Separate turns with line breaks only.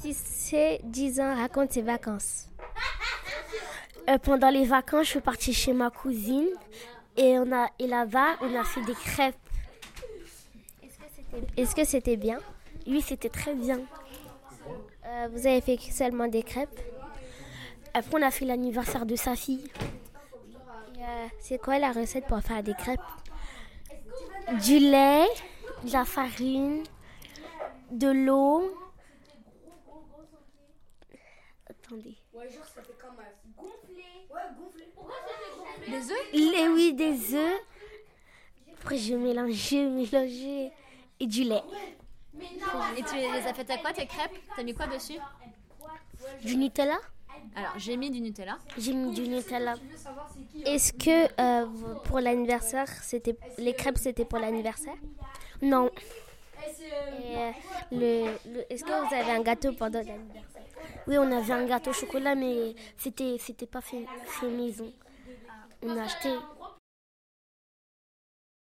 Tissé, 10 ans, raconte ses vacances. Euh, pendant les vacances, je suis partie chez ma cousine et, on a, et là-bas, on a fait des crêpes. Est-ce que c'était- Est-ce que c'était bien Oui, c'était très bien. Euh, vous avez fait seulement des crêpes. Après, on a fait l'anniversaire de sa fille. Et, euh, C'est quoi la recette pour faire des crêpes Du lait, de la farine, de l'eau. Attendez.
Des œufs
Les oui, des œufs. Après, je mélangeais, mélangeais. Et du lait.
Et tu les as faites à quoi tes crêpes T'as mis quoi dessus
Du Nutella
Alors j'ai mis du Nutella.
J'ai mis du Nutella. Est-ce que euh, vous- pour l'anniversaire, c'était les crêpes, c'était pour l'anniversaire Non. Et, euh, le, le- Est-ce que vous avez un gâteau pendant l'anniversaire Oui, on avait un gâteau au chocolat, mais c'était c'était pas fait, fait maison. On a acheté.